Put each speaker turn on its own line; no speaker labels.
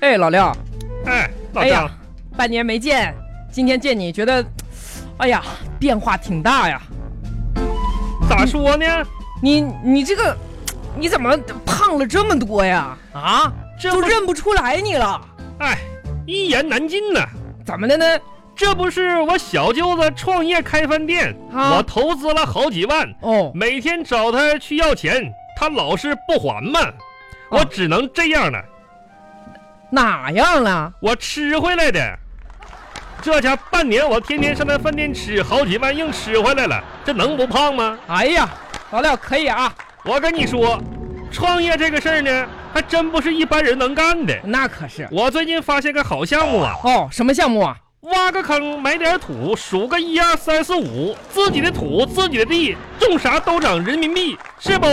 哎，老廖，
哎，老
哎呀
张，，
半年没见，今天见你觉得，哎呀，变化挺大呀。
咋说呢？
你你这个，你怎么胖了这么多呀？啊，
这
都
不
认不出来你了，
哎，一言难尽呢。
怎么的呢？
这不是我小舅子创业开饭店，
啊
我投资了好几万，
哦，
每天找他去要钱，他老是不还嘛，
啊
我只能这样了，
哪样了？
我吃回来的。这家半年我天天上他饭店吃，好几万硬吃回来了，这能不胖吗？
哎呀，老廖可以啊，
我跟你说，创业这个事儿呢，还真不是一般人能干的。
那可是。
我最近发现个好项目啊，
哦，什么项目啊？
挖个坑，埋点土，数个一二三四五，自己的土，自己的地，种啥都涨人民币，是不？